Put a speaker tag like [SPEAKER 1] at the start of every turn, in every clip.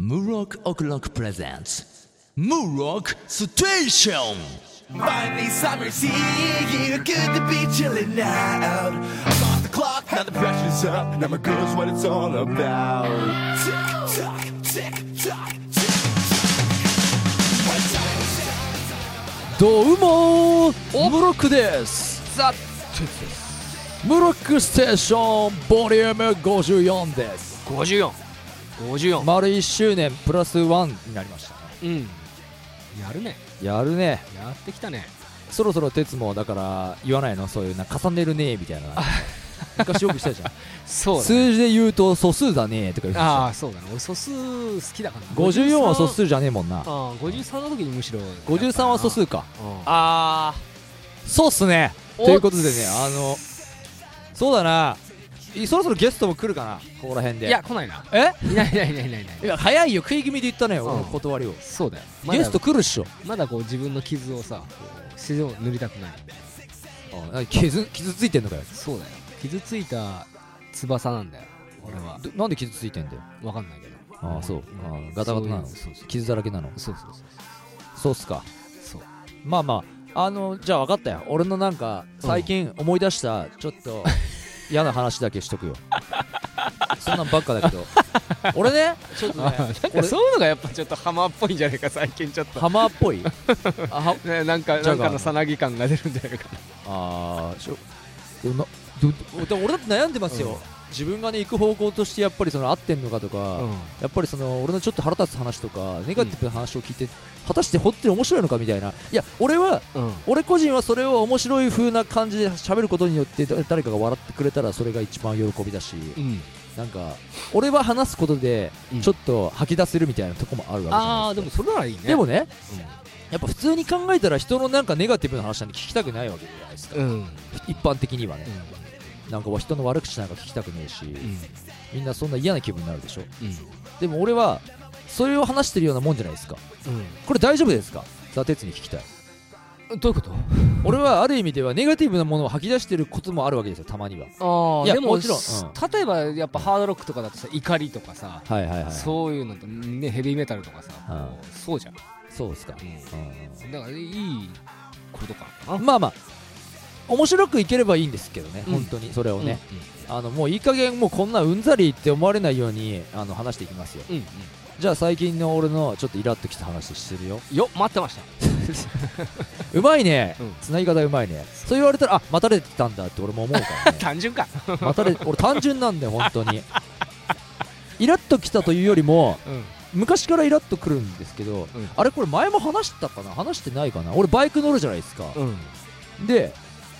[SPEAKER 1] Murok O'Clock presents Murok Station!
[SPEAKER 2] Finally, summer's here. Good to be chilling out. I'm off the clock, now the pressure's up. Now my girl's what it's all about. Tick tock, tick tock, tick tock.
[SPEAKER 3] どうもームロックですザ・ムロックステーションボリューム54です
[SPEAKER 4] 5454
[SPEAKER 3] 丸1周年プラスワンになりましたね
[SPEAKER 4] うんやるね
[SPEAKER 3] やるね
[SPEAKER 4] やってきたね
[SPEAKER 3] そろそろ鉄もだから言わないのそういうな重ねるねみたいな昔よくしたじゃん、
[SPEAKER 4] そうだ、ね、
[SPEAKER 3] 数字で言うと素数だねとか言うて
[SPEAKER 4] あ
[SPEAKER 3] た
[SPEAKER 4] あそうだね俺素数好きだから
[SPEAKER 3] 54は素数じゃねえもんな
[SPEAKER 4] ああ53の時にむしろ
[SPEAKER 3] 53は素数かあ
[SPEAKER 4] あ
[SPEAKER 3] ーそうっすねということでねあのそうだないそろそろゲストも来るかなここら辺で
[SPEAKER 4] いや来ないな
[SPEAKER 3] え
[SPEAKER 4] いないいないいないいないいない
[SPEAKER 3] いや早いよ食い気味で言ったね俺
[SPEAKER 4] うん
[SPEAKER 3] 断りを
[SPEAKER 4] そうだよまだ
[SPEAKER 3] ゲスト来るっしょ
[SPEAKER 4] まだこう自分の傷をさこう血を塗りたくない
[SPEAKER 3] あ傷傷ついてんのかよ
[SPEAKER 4] そうだよ傷ついた翼なんだよ俺は
[SPEAKER 3] どなんで傷ついてんだよ
[SPEAKER 4] 分かんないけど
[SPEAKER 3] ああそうあーガタガタなの
[SPEAKER 4] そういうそう
[SPEAKER 3] 傷だらけなの
[SPEAKER 4] そうそうそう
[SPEAKER 3] そうっすか
[SPEAKER 4] そう
[SPEAKER 3] まあまああのじゃあ分かったよ俺のなんか最近思い出したちょっ と嫌な話だけしとくよそんなんばっかだけど俺ねちょっと
[SPEAKER 4] あ
[SPEAKER 3] ね
[SPEAKER 4] なん
[SPEAKER 3] 俺
[SPEAKER 4] かそういうのがやっぱちょっとハマーっぽいんじゃないか最近ちょっと
[SPEAKER 3] ハマーっ ぽいあは
[SPEAKER 4] ね、なんか
[SPEAKER 3] ジ
[SPEAKER 4] な
[SPEAKER 3] ャガー
[SPEAKER 4] んかのさなぎ感が出るんじゃないか
[SPEAKER 3] あーしょでもなどど俺だって悩んでますよ、
[SPEAKER 4] うん
[SPEAKER 3] 自分がね行く方向としてやっぱりその合ってんのかとか、
[SPEAKER 4] な、
[SPEAKER 3] やっぱりその俺のちょっと腹立つ話とかネガティブな話を聞いて、果たして本当に面白いのかみたいないや俺は
[SPEAKER 4] うん、
[SPEAKER 3] 俺個人はそれを面白い風な感じで喋ることによってだ誰かが笑ってくれたらそれが一番喜びだし、
[SPEAKER 4] うん、
[SPEAKER 3] なんか俺は話すことで
[SPEAKER 4] うん
[SPEAKER 3] ちょっと吐き出せるみたいなとこもある
[SPEAKER 4] あ
[SPEAKER 3] わ
[SPEAKER 4] あ
[SPEAKER 3] けじゃないで
[SPEAKER 4] でも
[SPEAKER 3] す
[SPEAKER 4] それならいいね
[SPEAKER 3] かでもねやっぱ普通に考えたら人のなんかネガティブな話なんて聞きたくないわけじゃないですか、
[SPEAKER 4] うんうん
[SPEAKER 3] 一般的にはね、なんか人の悪口なんか聞きたくねえし、みんなそんな嫌な気分になるでしょでも俺はそれを話してるようなもんじゃないですかこれ大丈夫ですかザ・テツに聞きたい
[SPEAKER 4] うんどういうこと
[SPEAKER 3] 俺はある意味ではネガティブなものを吐き出してることもあるわけですよたまには
[SPEAKER 4] あ
[SPEAKER 3] いや
[SPEAKER 4] でも
[SPEAKER 3] もちろんう
[SPEAKER 4] 例えばやっぱハードロックとかだとさ怒りとかさ、
[SPEAKER 3] はいはいはいそう
[SPEAKER 4] そういうのと、ね、ヘビーメタルとかさ、
[SPEAKER 3] うん
[SPEAKER 4] こうそうじゃん、
[SPEAKER 3] ですか、う
[SPEAKER 4] だからいいことかなん
[SPEAKER 3] まあまあ面白くいければいいんですけどね、
[SPEAKER 4] うん
[SPEAKER 3] 本当にそれをね、、
[SPEAKER 4] うん
[SPEAKER 3] あのもういい加減もうこんなうんざりって思われないようにあの話していきますよ
[SPEAKER 4] うんうん
[SPEAKER 3] じゃあ最近の俺のちょっとイラッときた話してるよ
[SPEAKER 4] うんよ待ってました
[SPEAKER 3] うまいね、
[SPEAKER 4] うん
[SPEAKER 3] つなぎ方うまいねそう言われたらあ待たれてたんだって俺も思うから ね
[SPEAKER 4] 単純か
[SPEAKER 3] 待たれ俺単純なんだよ本当にイラッときたというよりも
[SPEAKER 4] うん
[SPEAKER 3] 昔からイラッとくるんですけど、
[SPEAKER 4] うん
[SPEAKER 3] あれこれ前も話したかな話してないかな俺バイク乗るじゃないですか、
[SPEAKER 4] うん
[SPEAKER 3] で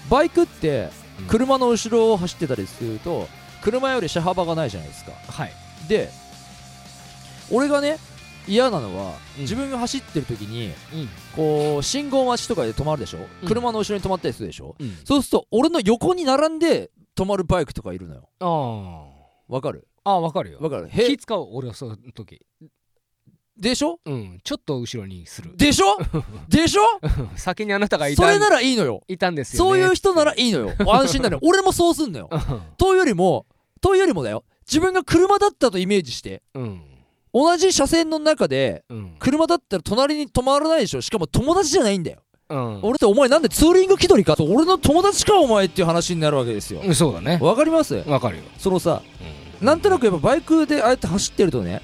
[SPEAKER 3] バイクって
[SPEAKER 4] うん
[SPEAKER 3] 車の後ろを走ってたりすると車より車幅がないじゃないですか
[SPEAKER 4] はい
[SPEAKER 3] で俺がね嫌なのは、
[SPEAKER 4] うん
[SPEAKER 3] 自分が走ってる時に
[SPEAKER 4] うん
[SPEAKER 3] こう信号待ちとかで止まるでしょ、
[SPEAKER 4] うん
[SPEAKER 3] 車の後ろに止まったりするでしょ
[SPEAKER 4] うん
[SPEAKER 3] そうすると俺の横に並んで止まるバイクとかいるのよ
[SPEAKER 4] あ
[SPEAKER 3] わかる
[SPEAKER 4] ああ分かるよ
[SPEAKER 3] わかるへ
[SPEAKER 4] 気使う俺はその時
[SPEAKER 3] でしょ
[SPEAKER 4] うんちょっと後ろにする
[SPEAKER 3] でし ょでしょ
[SPEAKER 4] 先にあなたがいた
[SPEAKER 3] それならいいのよ
[SPEAKER 4] いたんですよ、ね、
[SPEAKER 3] そういう人ならいいのよ安心なのよ俺もそうすんのよというよりもというよりもだよ自分が車だったとイメージして
[SPEAKER 4] うん
[SPEAKER 3] 同じ車線の中で
[SPEAKER 4] うん
[SPEAKER 3] 車だったら隣に止まらないでしょしかも友達じゃないんだよ、
[SPEAKER 4] うん
[SPEAKER 3] 俺ってお前なんでツーリング気取りかそう俺の友達かお前っていう話になるわけですよ
[SPEAKER 4] うんそうだね
[SPEAKER 3] わかります
[SPEAKER 4] わかるよ、
[SPEAKER 3] そのさなんとなくやっぱバイクでああやって走ってるとね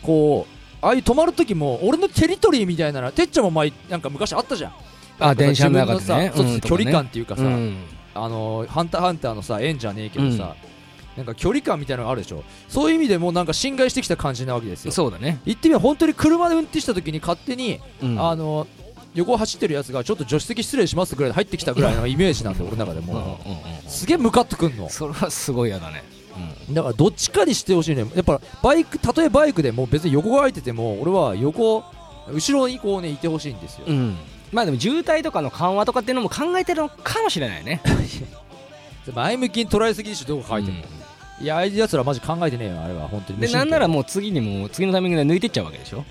[SPEAKER 3] こうああいう止まる時も俺のテリトリーみたいなのてっちゃんも前なんか昔あったじゃん
[SPEAKER 4] あ電車の中でね
[SPEAKER 3] 自分のさ
[SPEAKER 4] うん
[SPEAKER 3] そう距離感っていうか
[SPEAKER 4] と
[SPEAKER 3] さ、
[SPEAKER 4] かねうん
[SPEAKER 3] あのハンターハンターのさ縁じゃねえけどさ、なんか距離感みたいなのがあるでしょそういう意味でもうなんか侵害してきた感じなわけですよ
[SPEAKER 4] そうだね、
[SPEAKER 3] 言ってみれば本当に車で運転した時に勝手に、
[SPEAKER 4] うん
[SPEAKER 3] あの横を走ってるやつがちょっと助手席失礼しますぐらいで入ってきたぐらいのイメージなんで俺の中で
[SPEAKER 4] うんうん
[SPEAKER 3] も
[SPEAKER 4] う
[SPEAKER 3] うすげえムカッとくんの
[SPEAKER 4] ん、それはすごい嫌だね、
[SPEAKER 3] だからどっちかにしてほしいねやっぱバイクたとえバイクでも別に横が空いてても俺は横後ろにこうねいてほしいんですよ、
[SPEAKER 4] うんまあでも渋滞とかの緩和とかっていうのも考えてるのかもしれないね
[SPEAKER 3] 前向きに捉えすぎでしょどこ書いても、いやああいうやつらマジ考えてねえよあれは本当
[SPEAKER 4] う
[SPEAKER 3] に
[SPEAKER 4] んでなんならもう次にもう次のタイミングで抜いてっちゃうわけでしょ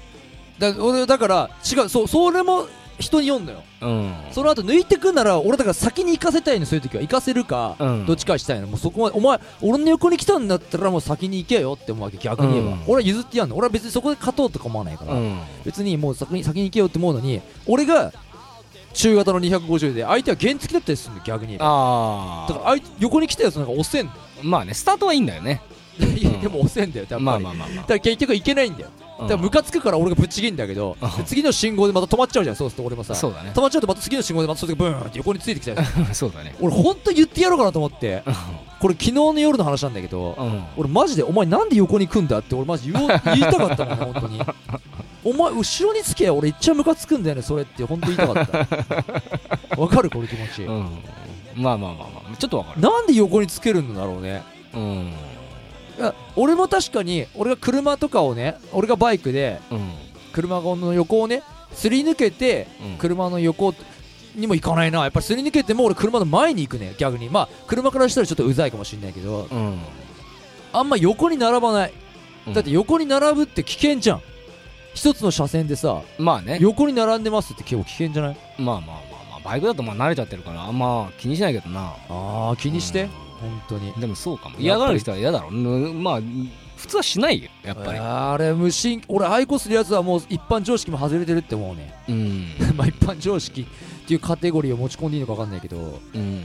[SPEAKER 3] だ俺だから違うそうそれも人によんのよ
[SPEAKER 4] うん
[SPEAKER 3] その後抜いてくんなら俺だから先に行かせたいのそういう時は行かせるか、
[SPEAKER 4] うん
[SPEAKER 3] どっちかしたいのもうそこまでお前俺の横に来たんだったらもう先に行けよって思うわけ逆に言えば、
[SPEAKER 4] うん
[SPEAKER 3] 俺は譲ってやんの俺は別にそこで勝とうとか思わないから、
[SPEAKER 4] うん
[SPEAKER 3] 別にもう先に先に行けよって思うのに俺が中型の250で相手は原付だったりするの逆にだか
[SPEAKER 4] あ
[SPEAKER 3] ら相手横に来たやつなんか押せんの
[SPEAKER 4] あまあねスタートはいいんだよね
[SPEAKER 3] いやでも押せんだよやっぱり、
[SPEAKER 4] まあまあまあま
[SPEAKER 3] だから結局行けないんだよ、
[SPEAKER 4] あ
[SPEAKER 3] だからムカつくから俺がぶっちぎんだけど、
[SPEAKER 4] うん
[SPEAKER 3] で次の信号でまた止まっちゃうじゃんそうすると俺もさ
[SPEAKER 4] そうだね
[SPEAKER 3] 止まっちゃうとまた次の信号でまたそれがブーンって横についてきちゃうじゃん
[SPEAKER 4] そうだね
[SPEAKER 3] 俺本当言ってやろうかなと思ってこれ昨日の夜の話なんだけど、
[SPEAKER 4] うん
[SPEAKER 3] 俺マジでお前なんで横に行くんだって俺マジ言おう 言いたかったもんね本当にお前後ろにつけ俺一っちゃムカつくんだよねそれって本当言いたか ったわかるこの気持ち、
[SPEAKER 4] うんまあまあまあまあちょっとわかる
[SPEAKER 3] なんで横につけるんだろうね
[SPEAKER 4] うん
[SPEAKER 3] いや俺も確かに俺が車とかをね俺がバイクで
[SPEAKER 4] うん
[SPEAKER 3] 車の横をねすり抜けて
[SPEAKER 4] うん
[SPEAKER 3] 車の横にも行かないなやっぱりすり抜けても俺車の前に行くね逆にまあ車からしたらちょっとうざいかもしれないけど
[SPEAKER 4] うん
[SPEAKER 3] あんま横に並ばない
[SPEAKER 4] うん
[SPEAKER 3] だって横に並ぶって危険じゃん一つの車線でさ
[SPEAKER 4] まあね
[SPEAKER 3] 横に並んでますって結構危険じゃない
[SPEAKER 4] まあまあまあまあバイクだとまあ慣れちゃってるからあんま気にしないけどな
[SPEAKER 3] ああ気にして本当に
[SPEAKER 4] でもそうかも
[SPEAKER 3] や
[SPEAKER 4] 嫌
[SPEAKER 3] っぱり
[SPEAKER 4] がる人は嫌だろううんまあ普通はしないよやっぱり
[SPEAKER 3] あれ無心俺アイコスのやつはもう一般常識も外れてるって思うね
[SPEAKER 4] うん
[SPEAKER 3] まあ一般常識っていうカテゴリーを持ち込んでいいのか分かんないけど
[SPEAKER 4] うん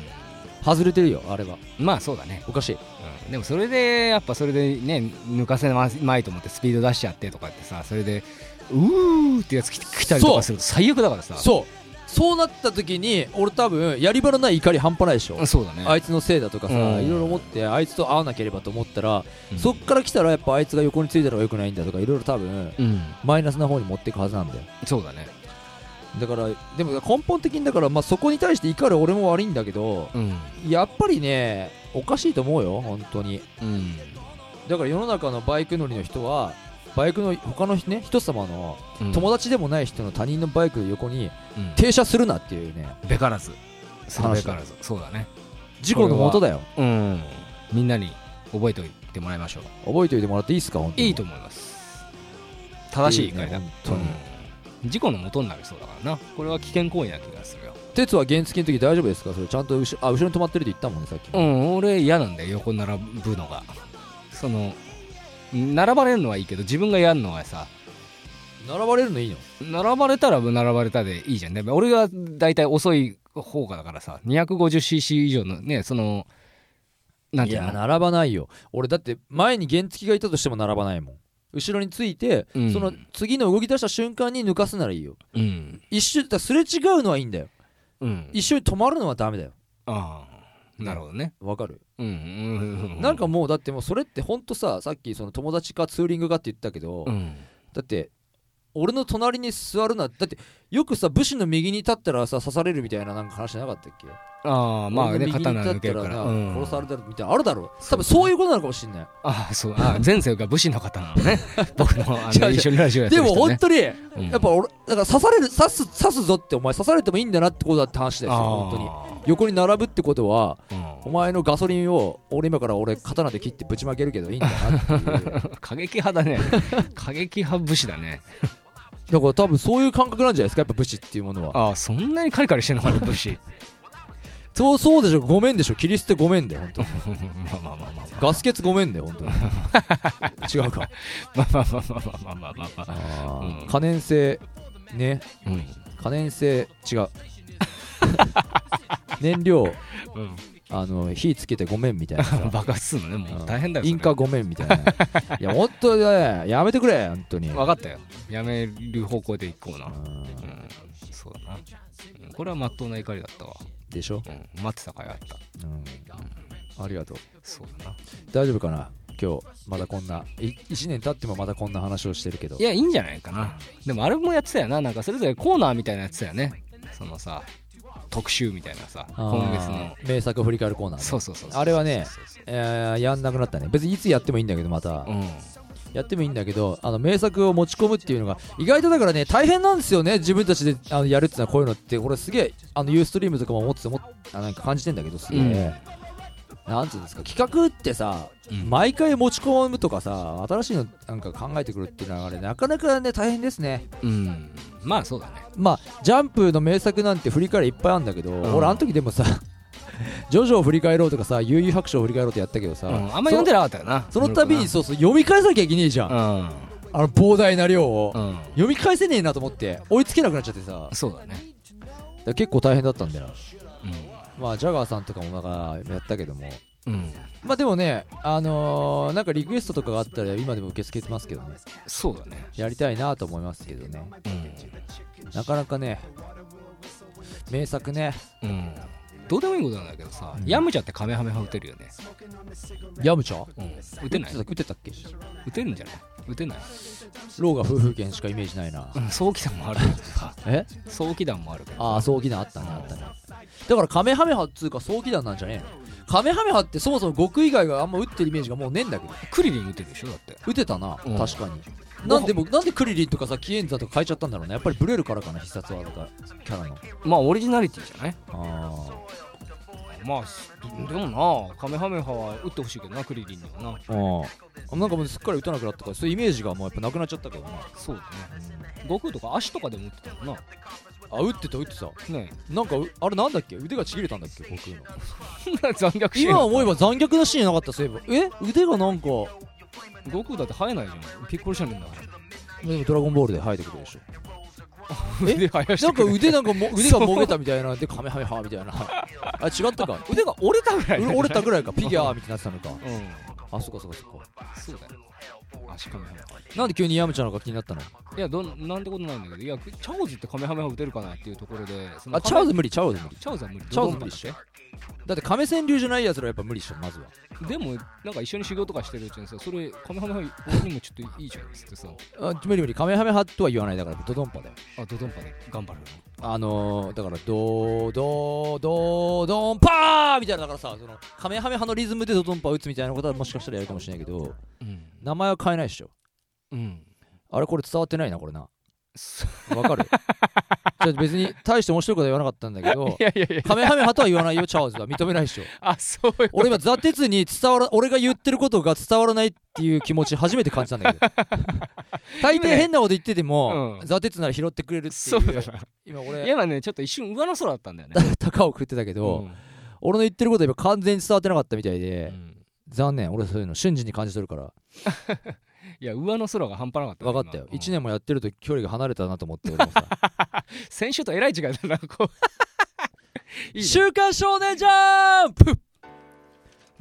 [SPEAKER 3] 外れてるよあれは
[SPEAKER 4] まあそうだね
[SPEAKER 3] おかしい
[SPEAKER 4] うんでもそれでやっぱそれでね抜かせまいと思ってスピード出しちゃってとかってさそれでうーってやつ来来たりとかすると最悪だからさ
[SPEAKER 3] そうそうなった時に俺多分やり場のない怒り半端ないでしょ、
[SPEAKER 4] うんそうだね
[SPEAKER 3] あいつのせいだとかさ、
[SPEAKER 4] うん
[SPEAKER 3] いろいろ思ってあいつと会わなければと思ったら、
[SPEAKER 4] うん
[SPEAKER 3] そっから来たらやっぱあいつが横についたのが良くないんだとかいろいろ多分
[SPEAKER 4] うん
[SPEAKER 3] マイナスな方に持っていくはずなんだよ
[SPEAKER 4] そうだね
[SPEAKER 3] だからでも根本的にだから、まあ、そこに対して怒る俺も悪いんだけど
[SPEAKER 4] うん
[SPEAKER 3] やっぱりねおかしいと思うよ本当に
[SPEAKER 4] うん
[SPEAKER 3] だから世の中のバイク乗りの人はバイクの他のね人様の
[SPEAKER 4] うん
[SPEAKER 3] 友達でもない人の他人のバイクの横に
[SPEAKER 4] うん
[SPEAKER 3] 停車するなっていうね
[SPEAKER 4] べからずそれ
[SPEAKER 3] 話
[SPEAKER 4] べ
[SPEAKER 3] だ
[SPEAKER 4] からずそうだね
[SPEAKER 3] 事故の元だよ
[SPEAKER 4] うんみんなに覚えておいてもらいましょう
[SPEAKER 3] 覚えておいてもらっていいですか本当に
[SPEAKER 4] いいと思います正しい怒りだ
[SPEAKER 3] いいね本当に
[SPEAKER 4] うん事故の元になりそうだからなこれは危険行為な気がするよ
[SPEAKER 3] 鉄は原付の時大丈夫ですかそれちゃんと後ろあ後ろに止まってるって言ったもんねさっき、
[SPEAKER 4] うん俺嫌なんだよ横並ぶのがその並ばれるのはいいけど自分がやるのはさ
[SPEAKER 3] 並ばれるのいいの
[SPEAKER 4] 並ばれたら並ばれたでいいじゃんでも俺が大体遅い方がだからさ 250cc 以上のねそのなん
[SPEAKER 3] い
[SPEAKER 4] ていう
[SPEAKER 3] や
[SPEAKER 4] の
[SPEAKER 3] 並ばないよ俺だって前に原付がいたとしても並ばないもん後ろについて、
[SPEAKER 4] うん
[SPEAKER 3] その次の動き出した瞬間に抜かすならいいよ
[SPEAKER 4] うん
[SPEAKER 3] 一瞬だからすれ違うのはいいんだよ
[SPEAKER 4] うん
[SPEAKER 3] 一緒に止まるのはダメだよ
[SPEAKER 4] ああなるほどね
[SPEAKER 3] わかる、
[SPEAKER 4] うんうんう
[SPEAKER 3] なんかもうだってもうそれってほんとささっきその友達かツーリングかって言ったけど、
[SPEAKER 4] うん
[SPEAKER 3] だって俺の隣に座るなだってよくさ武士の右に立ったらさ刺されるみたいななんか話なかったっけ
[SPEAKER 4] ああまあ
[SPEAKER 3] 俺の
[SPEAKER 4] ね
[SPEAKER 3] 右に
[SPEAKER 4] 刀
[SPEAKER 3] 立っ
[SPEAKER 4] 抜
[SPEAKER 3] た
[SPEAKER 4] けるからら、
[SPEAKER 3] な
[SPEAKER 4] うん
[SPEAKER 3] 殺されたらみたいなのあるだろう
[SPEAKER 4] そう
[SPEAKER 3] 多分そういうことなのかもしれない
[SPEAKER 4] ああそうああ前世が武士の方なの ね僕のあ
[SPEAKER 3] 違う違う
[SPEAKER 4] の一緒にラジオやって
[SPEAKER 3] で
[SPEAKER 4] る
[SPEAKER 3] も
[SPEAKER 4] 人、ね、
[SPEAKER 3] 本当にや
[SPEAKER 4] うん
[SPEAKER 3] っぱ俺だから刺される刺す刺すぞってお前刺されてもいいんだなってことだって話だよ
[SPEAKER 4] ああ
[SPEAKER 3] 本当に横に並ぶってことはお
[SPEAKER 4] う
[SPEAKER 3] 前のガソリンを俺今から俺刀で切ってぶちまけるけどいいんだなっていうだか
[SPEAKER 4] ん過激派 だね過激派武士だね
[SPEAKER 3] ら多分そういう感覚なんじゃないですかやっぱ武士っていうものは
[SPEAKER 4] ああそんなにカリカリしてんのかな武士
[SPEAKER 3] そうそうでしょごめんでしょ切り捨てごめんだよ本当に
[SPEAKER 4] まあまあまあまあ
[SPEAKER 3] ガス欠ごめんだよ本 当に違うか
[SPEAKER 4] まあまあまあまあまあまあまあまあ
[SPEAKER 3] あー
[SPEAKER 4] うん
[SPEAKER 3] 可燃性ね
[SPEAKER 4] うん
[SPEAKER 3] 可燃性違う 燃料
[SPEAKER 4] うん
[SPEAKER 3] あの火つけてごめんみたいなさ
[SPEAKER 4] 爆発するのねもう 大変だよ
[SPEAKER 3] インカごめんみたいないや本当ねやめてくれ本当に
[SPEAKER 4] 分かったよやめる方向でいこうなう
[SPEAKER 3] うんん
[SPEAKER 4] そうだなうんこれはまっとうな怒りだったわ
[SPEAKER 3] でしょ、
[SPEAKER 4] うん待ってたかいあった
[SPEAKER 3] うん、ありがとう
[SPEAKER 4] そうだな
[SPEAKER 3] 大丈夫かな今日まだこんない1年経ってもまだこんな話をしてるけど
[SPEAKER 4] いやいいんじゃないかなでもあれもやってたよななんかそれぞれコーナーみたいなやつだよねそのさ特集みたいなさ
[SPEAKER 3] あ
[SPEAKER 4] 今
[SPEAKER 3] ー
[SPEAKER 4] 月の
[SPEAKER 3] 名作振り返るコーナーね
[SPEAKER 4] そうそうそうそう
[SPEAKER 3] あれはね
[SPEAKER 4] そうそう
[SPEAKER 3] えーやんなくなったね別にいつやってもいいんだけどまた、
[SPEAKER 4] そううん
[SPEAKER 3] やってもいいんだけどあの名作を持ち込むっていうのが意外とだからね大変なんですよね自分たちであのやるっていうのはこういうのってこれすげえあのユーストリームとかも思っててもあなんか感じてんだけどすげえ、なんつうんですか企画ってさ、
[SPEAKER 4] うん
[SPEAKER 3] 毎回持ち込むとかさ新しいのなんか考えてくるっていうのはあれなかなかね大変ですね
[SPEAKER 4] うんまあそうだね
[SPEAKER 3] まあジャンプの名作なんて振り返りいっぱいあるんだけど、
[SPEAKER 4] ん
[SPEAKER 3] 俺あの時でもさ「ジョジョを振り返ろう」とかさ「悠々白書を振り返ろう」ってやったけどさ、
[SPEAKER 4] うんあんま読んでなかったよな
[SPEAKER 3] そのその度にそうそう読み返さなきゃいけねえじゃん、
[SPEAKER 4] うん
[SPEAKER 3] あの膨大な量を、
[SPEAKER 4] うん
[SPEAKER 3] 読み返せねえなと思って追いつけなくなっちゃってさだか
[SPEAKER 4] そうだね
[SPEAKER 3] ら結構大変だったんだよ
[SPEAKER 4] う
[SPEAKER 3] まあジャガーさんとかもなんかやったけども
[SPEAKER 4] んうん
[SPEAKER 3] まあでもねあのーなんかリクエストとかがあったら今でも受け付けてますけどね
[SPEAKER 4] そうだね
[SPEAKER 3] やりたいなと思いますけどね
[SPEAKER 4] う
[SPEAKER 3] なかなかね名作ね
[SPEAKER 4] んうんどうでもいいことなんだけどさ、ヤムチャってカメハメハ打てるよね、
[SPEAKER 3] ヤムチャ
[SPEAKER 4] うん、打てない
[SPEAKER 3] 打ってたっけ
[SPEAKER 4] 打てるんじゃない打てない、
[SPEAKER 3] ローが夫婦剣しかイメージないな
[SPEAKER 4] うん、早期弾も あるけどさ
[SPEAKER 3] え
[SPEAKER 4] 早期弾もあるけど
[SPEAKER 3] ああ早期弾あったねあったねだからカメハメハっつうか早期弾なんじゃねえのカメハメハってそもそも極以外があんま打ってるイメージがもうねえんだけど
[SPEAKER 4] クリリン打てるでしょだって
[SPEAKER 3] 打てたな、
[SPEAKER 4] うん
[SPEAKER 3] 確かになんでもなんでクリリンとかさキエンザとか変えちゃったんだろうねやっぱりブレるからかな必殺技がキャラの
[SPEAKER 4] まあオリジナリティじゃない
[SPEAKER 3] あ
[SPEAKER 4] まあでもなカメハメハは打ってほしいけどなクリリンにはな
[SPEAKER 3] ーあーなんかもうすっかり打たなくなったからそういうイメージがもうやっぱなくなっちゃったけどな
[SPEAKER 4] そうだね悟空とか足とかでも打ってたもん
[SPEAKER 3] あ打ってた打ってた
[SPEAKER 4] な ね
[SPEAKER 3] なんかうあれなんだっけ腕がちぎれたんだっけ僕の
[SPEAKER 4] え残虐シーン
[SPEAKER 3] 今思えば残虐なシーンなかったそういえばえ腕がなんかでも
[SPEAKER 4] 悟空だって生えないじゃんピッコロじゃねえんだから
[SPEAKER 3] ドラゴンボールで生えてくるでしょえ
[SPEAKER 4] 腕生やし
[SPEAKER 3] な
[SPEAKER 4] て
[SPEAKER 3] んか
[SPEAKER 4] くれ
[SPEAKER 3] 腕なんか も腕がもげたみたいなでカメハメハみたいなあ違ったか
[SPEAKER 4] 腕が折れたぐら い
[SPEAKER 3] 腕
[SPEAKER 4] だよね
[SPEAKER 3] 折れたぐらいかピギュアみたいになってたのか
[SPEAKER 4] うん
[SPEAKER 3] あそっかそっかそっか
[SPEAKER 4] そうだよ足カメハメハ
[SPEAKER 3] なんで急にヤムチャのが気になったの
[SPEAKER 4] いやどんなんてことないんだけどいやチャオズってカメハメハ打てるかなっていうところでその
[SPEAKER 3] あチャーズ無理チャーズ無理
[SPEAKER 4] チャオズは無理
[SPEAKER 3] チャオズ無理っしょだって亀仙流じゃないやつらやっぱ無理っしょまずは
[SPEAKER 4] でもなんか一緒に修行とかしてるうちにさそれカメハメハ俺にもちょっといいじゃんっつってさ
[SPEAKER 3] あ無理無理カメハメハとは言わないだからドドンパだよ
[SPEAKER 4] あドドンパで頑張る
[SPEAKER 3] あのー、だからドードードードンパーみたいなだからさそのカメハメハのリズムでドドンパ打つみたいなことはもしかしたらやるかもしれないけど
[SPEAKER 4] うん
[SPEAKER 3] 名前は変えないっしょ
[SPEAKER 4] うん
[SPEAKER 3] あれこれ伝わってないなこ れなわかるじゃあ別に大して面白いことは言わなかったんだけど
[SPEAKER 4] いやいやいや
[SPEAKER 3] カメハメハとは言わないよチャーズは認めないっしょ
[SPEAKER 4] あそういう
[SPEAKER 3] 俺今ザ・テツに伝わら俺が言ってることが伝わらないっていう気持ち初めて感じたんだけ ど大抵変なこと言ってても、
[SPEAKER 4] うん
[SPEAKER 3] ザ・テツなら拾ってくれるってい
[SPEAKER 4] そう
[SPEAKER 3] う
[SPEAKER 4] だな
[SPEAKER 3] 今俺
[SPEAKER 4] 今ねちょっと一瞬上の空だったんだよね
[SPEAKER 3] 高を食ってたけど、俺の言ってること今完全に伝わってなかったみたいで、
[SPEAKER 4] ん
[SPEAKER 3] 残念俺そういうの瞬時に感じ取るから
[SPEAKER 4] いや上の空が半端なかった
[SPEAKER 3] 分かったよ、
[SPEAKER 4] 今
[SPEAKER 3] 1年もやってると距離が離れたなと思って俺も さ
[SPEAKER 4] うん先週とえらい違いだなこう いいね
[SPEAKER 3] 週刊少年ジャンプ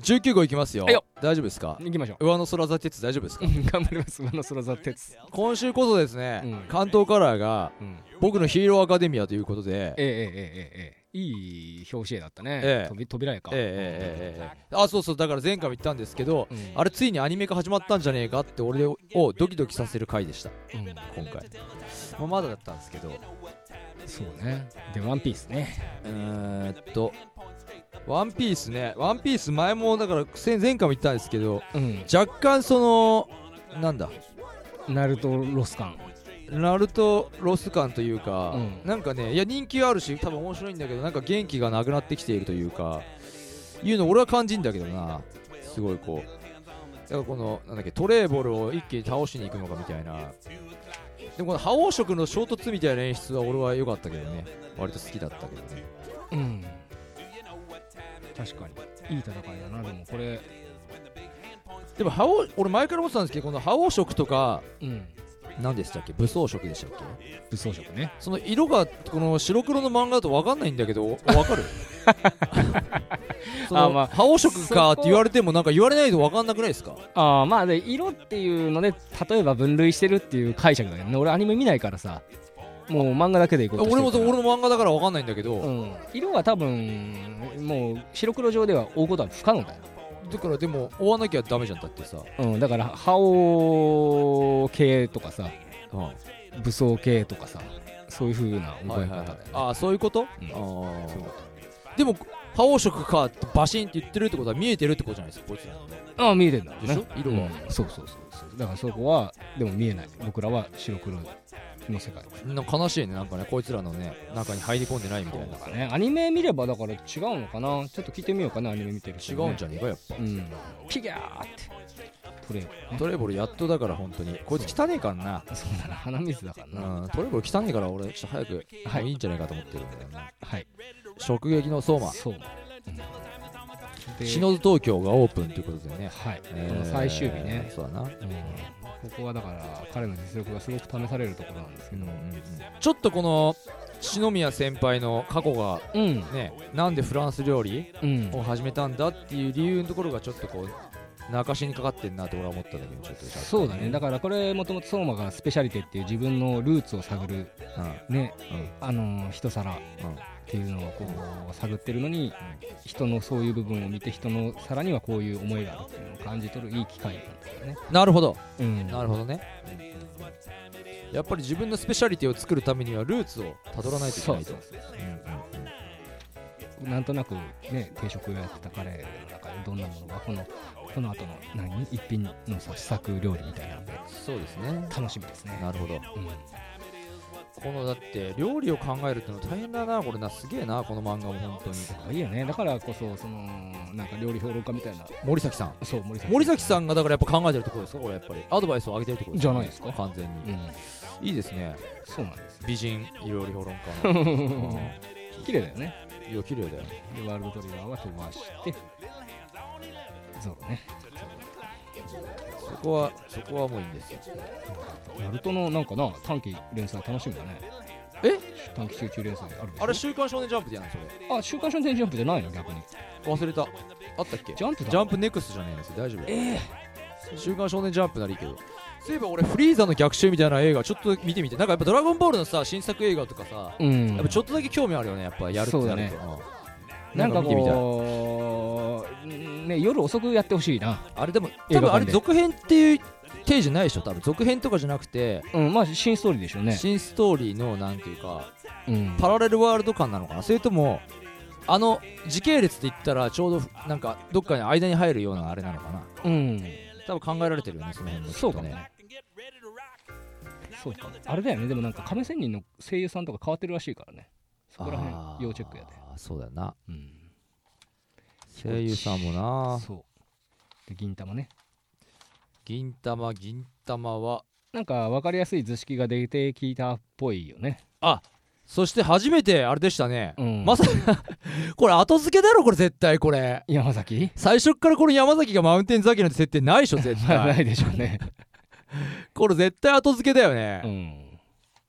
[SPEAKER 3] 19号いきますよ
[SPEAKER 4] はいよ
[SPEAKER 3] 大丈夫ですか
[SPEAKER 4] 行きましょ
[SPEAKER 3] 上の空座鉄大丈夫です
[SPEAKER 4] う
[SPEAKER 3] か
[SPEAKER 4] うん頑張ります上の空座鉄
[SPEAKER 3] 今週こそですね、
[SPEAKER 4] うん
[SPEAKER 3] 関東カラーが
[SPEAKER 4] うん
[SPEAKER 3] 僕のヒーローアカデミアということで
[SPEAKER 4] ええええええええいい表紙絵だったね、
[SPEAKER 3] ええ
[SPEAKER 4] とび扉絵か、
[SPEAKER 3] ええええええええあそうそうだから前回も言ったんですけど、
[SPEAKER 4] うん
[SPEAKER 3] あれついにアニメ化始まったんじゃねえかって俺をドキドキさせる回でした
[SPEAKER 4] うん
[SPEAKER 3] 今回、まあ、まだだったんですけど
[SPEAKER 4] そうねでワンピースね
[SPEAKER 3] えーっとワンピースねワンピース前もだから前前回も言ったんですけど
[SPEAKER 4] うん
[SPEAKER 3] 若干そのなんだ
[SPEAKER 4] ナルトロス感
[SPEAKER 3] ナルトロス感というか、
[SPEAKER 4] うん
[SPEAKER 3] なんかねいや人気はあるし多分面白いんだけどなんか元気がなくなってきているというかいうの俺は感じんだけどなすごいこうだからこのなんだっけトレーボルを一気に倒しに行くのかみたいなでもこの覇王色の衝突みたいな演出は俺は良かったけどね割と好きだったけどね
[SPEAKER 4] うん確かにいい戦いだなでもこれ
[SPEAKER 3] でも覇王俺前から思ってたんですけどこの覇王色とか
[SPEAKER 4] うん
[SPEAKER 3] 何でしたっけ武装色でしたっけ
[SPEAKER 4] 武装色ね
[SPEAKER 3] その色がこの白黒の漫画だと分かんないんだけど分 かるその
[SPEAKER 4] あまあ
[SPEAKER 3] 覇王色かっ
[SPEAKER 4] そこ
[SPEAKER 3] て言われてもなんか言われないと分かんなくないですか
[SPEAKER 4] ああまあで色っていうので例えば分類してるっていう解釈だけどね俺アニメ見ないからさもう漫画だけでいこうとして
[SPEAKER 3] 俺も
[SPEAKER 4] る
[SPEAKER 3] そう
[SPEAKER 4] から
[SPEAKER 3] 俺の漫画だから分かんないんだけど、
[SPEAKER 4] うん、色は多分もう白黒上では追うことは不可能だよ、
[SPEAKER 3] だからでも追わなきゃダメじゃんだってさ、
[SPEAKER 4] うん、だから覇王系とかさ武装系とかさそういうふうな
[SPEAKER 3] はいは
[SPEAKER 4] 覚え
[SPEAKER 3] い
[SPEAKER 4] 方
[SPEAKER 3] は
[SPEAKER 4] だよ
[SPEAKER 3] い
[SPEAKER 4] ね、
[SPEAKER 3] ああそういうこと、
[SPEAKER 4] うん
[SPEAKER 3] あー
[SPEAKER 4] そういうこ
[SPEAKER 3] でも覇王色かってバシンって言ってるってことは見えてるってことじゃないですかこいつら
[SPEAKER 4] ああ見えてんだろうね
[SPEAKER 3] でしょ色は
[SPEAKER 4] うんそうそうそうそうだからそこはでも見えない僕らは白黒の世界
[SPEAKER 3] なんか悲しいねなんかねこいつらのね中に入り込んでないみたいな
[SPEAKER 4] だからねアニメ見ればだから違うのかなちょっと聞いてみようかなアニメ見てる人
[SPEAKER 3] 違
[SPEAKER 4] にね
[SPEAKER 3] うんじゃねえかやっぱ
[SPEAKER 4] うんピギャーってトレーボルね
[SPEAKER 3] トレーボルやっとだから本当にこいつ汚ねえからな
[SPEAKER 4] そうだな鼻水だからな、
[SPEAKER 3] うん、トレーボル汚ねえから俺ちょっと早く、
[SPEAKER 4] はい
[SPEAKER 3] もういいんじゃないかと思ってるんだよな
[SPEAKER 4] はい
[SPEAKER 3] 直撃の相馬
[SPEAKER 4] そう、うん、で
[SPEAKER 3] 篠津東京がオープンということでね、
[SPEAKER 4] はい、
[SPEAKER 3] えー
[SPEAKER 4] この最終日ね、
[SPEAKER 3] そうだな、
[SPEAKER 4] うん、ここはだから彼の実力がすごく試されるところなんですけど、
[SPEAKER 3] ちょっとこの篠宮先輩の過去が
[SPEAKER 4] うん
[SPEAKER 3] ねなんでフランス料理
[SPEAKER 4] うん
[SPEAKER 3] を始めたんだっていう理由のところがちょっとこう泣かしにかかってんなって俺は思ったんだけどちょっと
[SPEAKER 4] そうだねだ
[SPEAKER 3] か
[SPEAKER 4] からこれもともと相馬がスペシャリテっていう自分のルーツを探る
[SPEAKER 3] ら、うん
[SPEAKER 4] ね、
[SPEAKER 3] うん
[SPEAKER 4] あのー一皿っていうのをこう探ってるのに、人のそういう部分を見て人の皿にはこういう思いがあるっていうのを感じ取るいい機会なんですよね、
[SPEAKER 3] なるほど
[SPEAKER 4] うん
[SPEAKER 3] なるほどね、やっぱり自分のスペシャリティを作るためにはルーツをたどらないといけないと
[SPEAKER 4] そうそうそうなんとなくね定食をやってたカレーの中でどんなものがこのこの後の何一品のさ試作料理みたいなので
[SPEAKER 3] そうですね
[SPEAKER 4] 楽しみですね
[SPEAKER 3] なるほど
[SPEAKER 4] うん
[SPEAKER 3] このだって料理を考えるっての大変だなこれなすげえなこの漫画も本当に
[SPEAKER 4] すごいよねだからこそそのなんか料理評論家みたいな
[SPEAKER 3] 森崎さん
[SPEAKER 4] そう森崎
[SPEAKER 3] 森崎さんがだからやっぱ考えてるところですかこれやっぱりアドバイスを上げてるところ
[SPEAKER 4] じゃないですか
[SPEAKER 3] 完全に、
[SPEAKER 4] うん
[SPEAKER 3] いいですね
[SPEAKER 4] そうなんです
[SPEAKER 3] 美人料理評論家 の
[SPEAKER 4] 綺麗だよね
[SPEAKER 3] いや綺麗だよ
[SPEAKER 4] でワールドトリガーは飛ばしてゾロね
[SPEAKER 3] そこはそこはもういいんですよ
[SPEAKER 4] ナルトのなんかな短期連載楽しみだね
[SPEAKER 3] え
[SPEAKER 4] 短期集中連載あるでしょ
[SPEAKER 3] あれ「週刊少年ジャンプ」じゃないそれ
[SPEAKER 4] あ週刊少年ジャンプじゃないの逆に
[SPEAKER 3] 忘れたあったっけ
[SPEAKER 4] ジャンプだ
[SPEAKER 3] ジャンプネクストじゃないんですよ大丈夫ええ週刊少年ジャンプならいいけどそういえば俺フリーザの逆襲みたいな映画ちょっと見てみてなんかやっぱ「ドラゴンボール」のさ新作映画とかさ、
[SPEAKER 4] うん
[SPEAKER 3] やっぱちょっとだけ興味あるよねやっぱやるってなると
[SPEAKER 4] そう
[SPEAKER 3] うん
[SPEAKER 4] なんか
[SPEAKER 3] 見てみたい
[SPEAKER 4] こう、ね、夜遅くやってほしいな、
[SPEAKER 3] あれでも多
[SPEAKER 4] 映画
[SPEAKER 3] 分あ
[SPEAKER 4] 館
[SPEAKER 3] れ
[SPEAKER 4] で
[SPEAKER 3] 続編っていう手じゃないでしょ多分続編とかじゃなくて、
[SPEAKER 4] うんまあ、新ストーリーでしょうね、
[SPEAKER 3] 新ストーリーのなんていうか
[SPEAKER 4] うん、
[SPEAKER 3] パラレルワールド感なのかなそれともあの時系列って言ったらちょうどなんかどっかに間に入るようなあれなのかな
[SPEAKER 4] うん、
[SPEAKER 3] 多分考えられてるよねその辺もきっ
[SPEAKER 4] そう
[SPEAKER 3] と
[SPEAKER 4] かもね、そうかもあれだよね、でもなんか亀仙人の声優さんとか変わってるらしいからね、そこら
[SPEAKER 3] あー
[SPEAKER 4] 辺要チェックやで、
[SPEAKER 3] そうだよな
[SPEAKER 4] うん、
[SPEAKER 3] 声優さんもな
[SPEAKER 4] そうで銀玉ね、
[SPEAKER 3] 銀玉銀玉は
[SPEAKER 4] なんか分かりやすい図式が出てきたっぽいよね、
[SPEAKER 3] そして初めてあれでしたね、
[SPEAKER 4] うん、
[SPEAKER 3] まさかこれ後付けだろこれ絶対これ
[SPEAKER 4] 山崎
[SPEAKER 3] 最初っからこの山崎がマウンテンザキなんて設定ないでしょ絶
[SPEAKER 4] な
[SPEAKER 3] 対
[SPEAKER 4] いでしょうね、
[SPEAKER 3] これ絶対後付けだよね、
[SPEAKER 4] うん、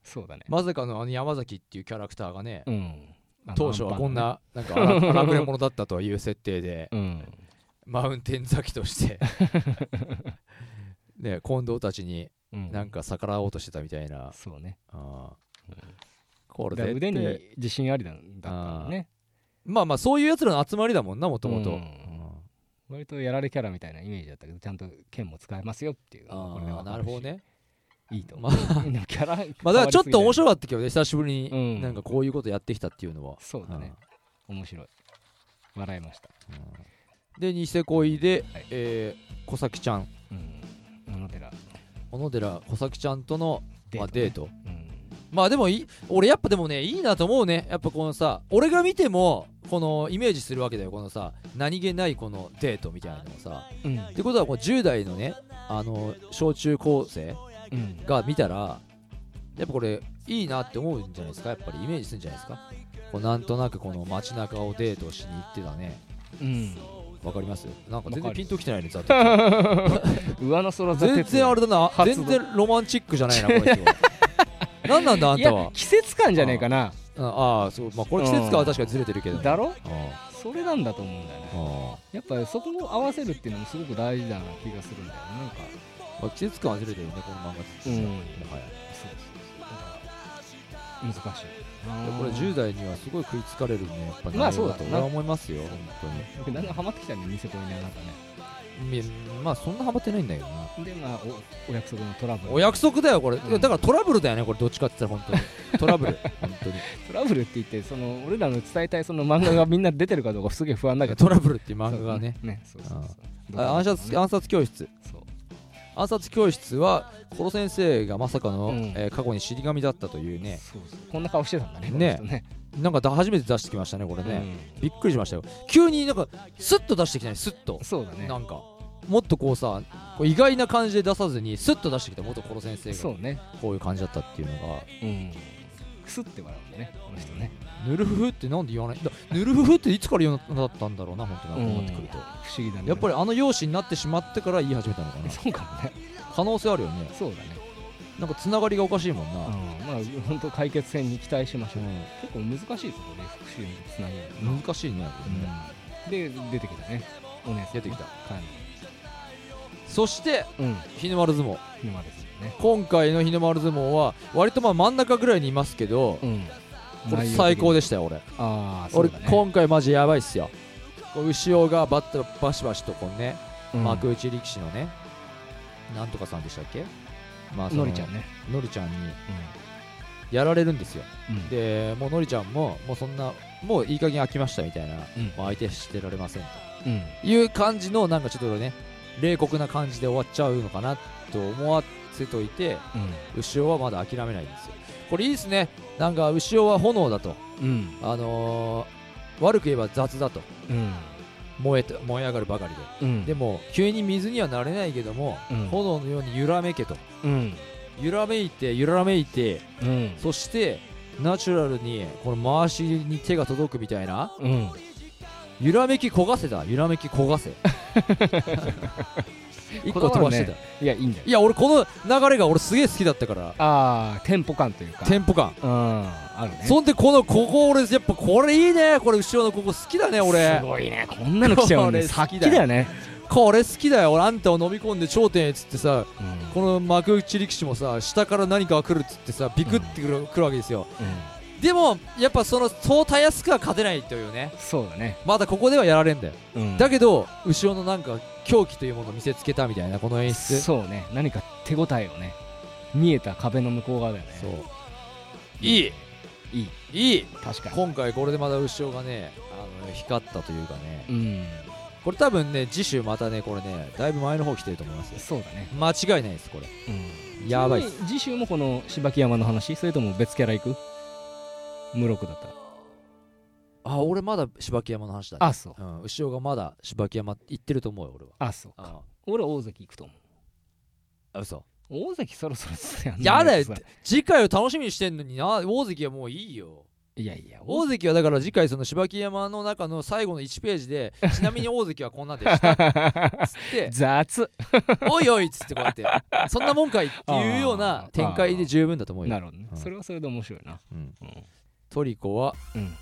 [SPEAKER 4] そうだね、
[SPEAKER 3] まさかのあの山崎っていうキャラクターがね、
[SPEAKER 4] うん、あの
[SPEAKER 3] 当初はこん、
[SPEAKER 4] アン
[SPEAKER 3] ななんか荒荒くれ者だったという設定で
[SPEAKER 4] パンマンねうん、
[SPEAKER 3] マウンテンザキとして ね近藤たちに
[SPEAKER 4] うん
[SPEAKER 3] なんか逆らおうとしてたみたいな、
[SPEAKER 4] そうね
[SPEAKER 3] あーこれ
[SPEAKER 4] だから
[SPEAKER 3] 絶
[SPEAKER 4] 腕
[SPEAKER 3] 対
[SPEAKER 4] に自信ありだったのね
[SPEAKER 3] まあまあそういうやつらの集まりだもんなもとも
[SPEAKER 4] う
[SPEAKER 3] と
[SPEAKER 4] ん割とやられキャラみたいなイメージだったけどちゃんと剣も使えますよっていうのがこれで
[SPEAKER 3] ああ
[SPEAKER 4] 分か
[SPEAKER 3] な
[SPEAKER 4] し
[SPEAKER 3] るほどね
[SPEAKER 4] いいと
[SPEAKER 3] ま
[SPEAKER 4] 思
[SPEAKER 3] あ
[SPEAKER 4] う でもキャラ
[SPEAKER 3] まあだからちょっと面
[SPEAKER 4] い
[SPEAKER 3] 白かったけどね久しぶり
[SPEAKER 4] うん
[SPEAKER 3] になんかこういうことやってきたっていうのは、
[SPEAKER 4] そうだね面白い笑いました
[SPEAKER 3] でニセ恋で、
[SPEAKER 4] はい
[SPEAKER 3] えー小崎ちゃん
[SPEAKER 4] うん小野寺
[SPEAKER 3] 小野寺小崎ちゃんとのまあデート
[SPEAKER 4] ねうん
[SPEAKER 3] まあでもいい俺やっぱでもねいいなと思うねやっぱこのさ俺が見てもこのイメージするわけだよこのさ何気ないこのデートみたいなのをさ
[SPEAKER 4] うん
[SPEAKER 3] ってことはこう10代のねあの小中高生
[SPEAKER 4] うん
[SPEAKER 3] が見たらやっぱこれいいなって思うんじゃないですかやっぱりイメージするんじゃないですかこうなんとなくこの街中をデートしに行ってたね
[SPEAKER 4] うん
[SPEAKER 3] わかりますなんか全然
[SPEAKER 4] わかる
[SPEAKER 3] ピンときてないねざっと
[SPEAKER 4] 上の空座
[SPEAKER 3] 全然あれだな
[SPEAKER 4] 発動
[SPEAKER 3] 全然ロマンチックじゃないなこれ 何なんだあん
[SPEAKER 4] い
[SPEAKER 3] た
[SPEAKER 4] や
[SPEAKER 3] は
[SPEAKER 4] 季節感じゃねえかな
[SPEAKER 3] うんああそうまあこれ季節感は確かにずれてるけどね
[SPEAKER 4] だろ
[SPEAKER 3] あ
[SPEAKER 4] それなんだと思うんだよね
[SPEAKER 3] ああ
[SPEAKER 4] やっぱりそこを合わせるっていうのもすごく大事だな気がするんだよねなんか
[SPEAKER 3] あまあ季節感はずれてるよねこの漫画実は
[SPEAKER 4] うん
[SPEAKER 3] もはや
[SPEAKER 4] そうそうそう難しい
[SPEAKER 3] でこれ10代にはすごい食いつかれるねやっぱ
[SPEAKER 4] まあそうだ
[SPEAKER 3] と
[SPEAKER 4] ろう
[SPEAKER 3] 俺
[SPEAKER 4] な
[SPEAKER 3] は思いますよ本
[SPEAKER 4] 僕だんだんハマってきたねニセコにねなんかね
[SPEAKER 3] 当にいやまあそんなハマってないんだけどな
[SPEAKER 4] でまあおお約束のトラブル
[SPEAKER 3] お約束だよこれ、
[SPEAKER 4] ん
[SPEAKER 3] いやだからトラブルだよねこれどっちかって言ったら本当に トラブル本当に
[SPEAKER 4] トラブルって言ってその俺らの伝えたいその漫画がみんな出てるかどうかすげえ不安だけど
[SPEAKER 3] トラブルっていう 漫画がね
[SPEAKER 4] ねそうそうそう
[SPEAKER 3] あ暗殺暗殺教室
[SPEAKER 4] そう
[SPEAKER 3] 暗殺教室はコロ先生がまさかの、
[SPEAKER 4] うん
[SPEAKER 3] えー過去に尻神だったというね
[SPEAKER 4] そうそうこんな顔してたんだね
[SPEAKER 3] ね
[SPEAKER 4] この人ね
[SPEAKER 3] なんかだ初めて出してきましたねこれね、びっくりしましたよ急になんかスッと出してきたねスッと
[SPEAKER 4] うんそうだね
[SPEAKER 3] なんかもっとこうさこう意外な感じで出さずにスッと出してきた元コロ先生
[SPEAKER 4] そ
[SPEAKER 3] が
[SPEAKER 4] うね
[SPEAKER 3] こういう感じだったっていうのが
[SPEAKER 4] うんくすって笑うんだねこの人ね
[SPEAKER 3] ぬるふふってなんで言わないだぬるふふっていつから言うようになったんだろうな本当に思ってくると、
[SPEAKER 4] 不思議だね
[SPEAKER 3] やっぱりあの容姿になってしまってから言い始めたの かな
[SPEAKER 4] そうかもね
[SPEAKER 3] 可能性あるよね
[SPEAKER 4] そうだね
[SPEAKER 3] なんかつながりがおかしいもんな、
[SPEAKER 4] うんまあ本当解決戦に期待しましょう
[SPEAKER 3] うん
[SPEAKER 4] 結構難しいですよね復讐につなげるの
[SPEAKER 3] 難しいね、
[SPEAKER 4] で出てきたねお姉さん
[SPEAKER 3] 出てきた
[SPEAKER 4] はい
[SPEAKER 3] そして
[SPEAKER 4] うん
[SPEAKER 3] 日の丸相撲
[SPEAKER 4] 今ですよね
[SPEAKER 3] 今回の日の丸相撲は割とまあ真ん中ぐらいにいますけど、
[SPEAKER 4] うん
[SPEAKER 3] これ最高
[SPEAKER 4] で
[SPEAKER 3] でしたよ俺、
[SPEAKER 4] ああ
[SPEAKER 3] 俺
[SPEAKER 4] そうだね
[SPEAKER 3] 今回マジやばいっすよこう後ろがバッとバシバシとこうね、
[SPEAKER 4] うん
[SPEAKER 3] 幕内力士のねなんとかさんでしたっけまあその
[SPEAKER 4] のりちゃんね
[SPEAKER 3] のりちゃんにやられるんですよ
[SPEAKER 4] うん
[SPEAKER 3] でもうのりちゃんももうそんなもういい加減飽きましたみたいな、
[SPEAKER 4] うん
[SPEAKER 3] もう相手してられません
[SPEAKER 4] うん
[SPEAKER 3] いう感じのなんかちょっとね冷酷な感じで終わっちゃうのかなと思わせといて牛尾はまだ諦めないんですよこれいいですねなんか牛尾は炎だと
[SPEAKER 4] うん
[SPEAKER 3] あのー悪く言えば雑だと
[SPEAKER 4] うん
[SPEAKER 3] 燃えて燃え上がるばかりで
[SPEAKER 4] うん
[SPEAKER 3] でも急に水にはなれないけども、
[SPEAKER 4] うん
[SPEAKER 3] 炎のように揺らめけと
[SPEAKER 4] うん
[SPEAKER 3] 揺らめいて揺らめいて
[SPEAKER 4] うん
[SPEAKER 3] そしてナチュラルにこの回しに手が届くみたいな
[SPEAKER 4] うん
[SPEAKER 3] 揺らめき焦がせだ揺らめき焦 がせ一個飛ばしてた、
[SPEAKER 4] いやいいんじゃない
[SPEAKER 3] いや俺この流れが俺すげえ好きだったから
[SPEAKER 4] ああテンポ感というか
[SPEAKER 3] テンポ感
[SPEAKER 4] うんあるね
[SPEAKER 3] そんでこのここ俺やっぱこれいいねこれ後ろのここ好きだね俺
[SPEAKER 4] すごいねこんなの来ちゃう
[SPEAKER 3] これ
[SPEAKER 4] ね
[SPEAKER 3] 好きだ
[SPEAKER 4] さっきだよね
[SPEAKER 3] これ好きだよ俺あんたを飲み込んで頂点へっつってさ
[SPEAKER 4] うん
[SPEAKER 3] この幕内力士もさ下から何かが来るっつってさビクってくる,、くるわけですよ
[SPEAKER 4] うん
[SPEAKER 3] でもやっぱそのそうたやすくは勝てないというね
[SPEAKER 4] そうだね
[SPEAKER 3] まだここではやられんだよ、だ
[SPEAKER 4] け
[SPEAKER 3] けど後ろのなんか狂気というものを見せつけたみたいなこの演出
[SPEAKER 4] そうね何か手応えをね見えた壁の向こう側だよね
[SPEAKER 3] そういい
[SPEAKER 4] いい
[SPEAKER 3] いい
[SPEAKER 4] 確かに
[SPEAKER 3] 今回これでまだ後ろがねあの光ったというかね
[SPEAKER 4] うん
[SPEAKER 3] これ多分ね次週またねこれねだいぶ前の方来てると思いますよ
[SPEAKER 4] そうだね
[SPEAKER 3] 間違いないですこれ
[SPEAKER 4] うん
[SPEAKER 3] やばいっす
[SPEAKER 4] ちなみに次週もこの芝木山の話それとも別キャラ行く無録だったら
[SPEAKER 3] あ俺まだ芝木山の話だね
[SPEAKER 4] あそう
[SPEAKER 3] うん、後ろがまだ芝木山行ってると思うよ俺は
[SPEAKER 4] あそうか
[SPEAKER 3] あ
[SPEAKER 4] 俺大関行くと思う
[SPEAKER 3] あ嘘
[SPEAKER 4] 大関そろそろすやん
[SPEAKER 3] やだよ
[SPEAKER 4] さ
[SPEAKER 3] 次回を楽しみにしてんのにな大関はもういいよ
[SPEAKER 4] いやいや
[SPEAKER 3] 大関はだから次回その芝木山の中の最後の1ページでちなみに大関はこんなんでしたっつって
[SPEAKER 4] 雑
[SPEAKER 3] おいおいっつってこうやってそんなもんかいっていうような展開で十分だと思うよ
[SPEAKER 4] なるほどね
[SPEAKER 3] うん
[SPEAKER 4] それはそれで面白いな
[SPEAKER 3] うん
[SPEAKER 4] うん
[SPEAKER 3] トリコは
[SPEAKER 4] うん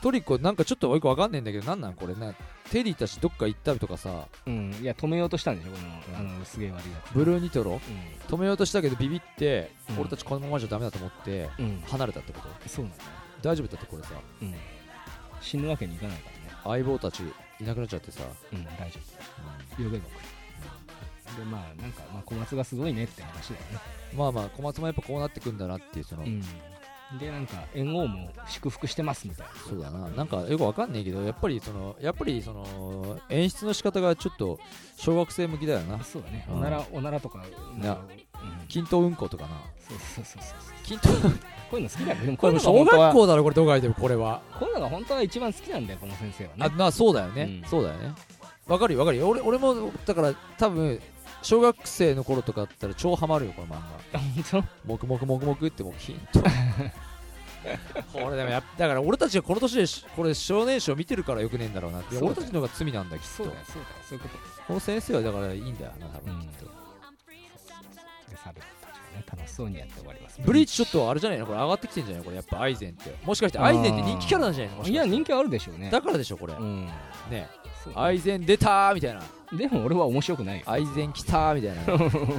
[SPEAKER 3] トリコなんかちょっとよくわかんないんだけどなんなんこれなテリーたちどっか行ったりとかさ
[SPEAKER 4] うんいや止めようとしたんでしょこのあのすげえ悪いやつ
[SPEAKER 3] ブルーニトロ
[SPEAKER 4] う
[SPEAKER 3] 止めようとしたけどビビって、
[SPEAKER 4] うん
[SPEAKER 3] 俺たちこのままじゃダメだと思って
[SPEAKER 4] んうん
[SPEAKER 3] 離れたってこと
[SPEAKER 4] そうなんだね
[SPEAKER 3] 大丈夫だってこれさ
[SPEAKER 4] うん死ぬわけにいかないからね
[SPEAKER 3] 相棒たちいなくなっちゃってさ、
[SPEAKER 4] うん、大丈夫。呼べば来る。で、まあ、なんか、まあ、小松がすごいねって話だよね。
[SPEAKER 3] まあまあ小松もやっぱこうなってくんだなっていうその、
[SPEAKER 4] うん。で、なんか、猿翁も祝福してますみたいな。
[SPEAKER 3] そうだななんかよくわかんないけどやっぱりそのやっぱりその演出の仕方がちょっと小学生向きだよな
[SPEAKER 4] あそうだね。
[SPEAKER 3] うん
[SPEAKER 4] おなら、おならとか。
[SPEAKER 3] い
[SPEAKER 4] なん
[SPEAKER 3] や
[SPEAKER 4] かうん
[SPEAKER 3] 均等うんことかな
[SPEAKER 4] そうそうそうそう。
[SPEAKER 3] 均等
[SPEAKER 4] こういうの好きだよ。でも
[SPEAKER 3] こ
[SPEAKER 4] こう
[SPEAKER 3] れ
[SPEAKER 4] いう
[SPEAKER 3] も小
[SPEAKER 4] のが本当
[SPEAKER 3] 学
[SPEAKER 4] は、
[SPEAKER 3] 校だろこれどう書いてもこれは、
[SPEAKER 4] こういうのが本当は一番好きなんだよ、この先生は
[SPEAKER 3] あ
[SPEAKER 4] ね。
[SPEAKER 3] なそうだよね、
[SPEAKER 4] うん
[SPEAKER 3] そうだよねわかるよわかるよ俺俺もだから多分小学生の頃とかだったら超ハマるよこの漫画
[SPEAKER 4] あ、本
[SPEAKER 3] もくもくもくもくってもうヒン トこれでもやっだから俺たちがこの年でしこれ少年誌を見てるからよくねえんだろうなって
[SPEAKER 4] そうだよ
[SPEAKER 3] 俺たちの方が罪なんだ
[SPEAKER 4] 当
[SPEAKER 3] きっ
[SPEAKER 4] そう
[SPEAKER 3] と
[SPEAKER 4] だよ、そうだよ、そういうこと。
[SPEAKER 3] この先生はだからいいんだよな多分
[SPEAKER 4] うん
[SPEAKER 3] きっと、
[SPEAKER 4] で、サルたちがね、楽しそうにやって終わります。
[SPEAKER 3] ブリーチちょっとあれじゃないのこれ上がってきてんじゃないのこれやっぱアイゼンってもしかしてアイゼンって人気キャラなんじゃないのもし
[SPEAKER 4] い
[SPEAKER 3] か
[SPEAKER 4] や、
[SPEAKER 3] して
[SPEAKER 4] 人気あるでしょうね。
[SPEAKER 3] だからでしょこれ、
[SPEAKER 4] うん。
[SPEAKER 3] ね
[SPEAKER 4] そう
[SPEAKER 3] アイゼン出たーみたいな
[SPEAKER 4] でも俺は面白くないよ。
[SPEAKER 3] アイゼン来たーみたいな
[SPEAKER 4] 面白くな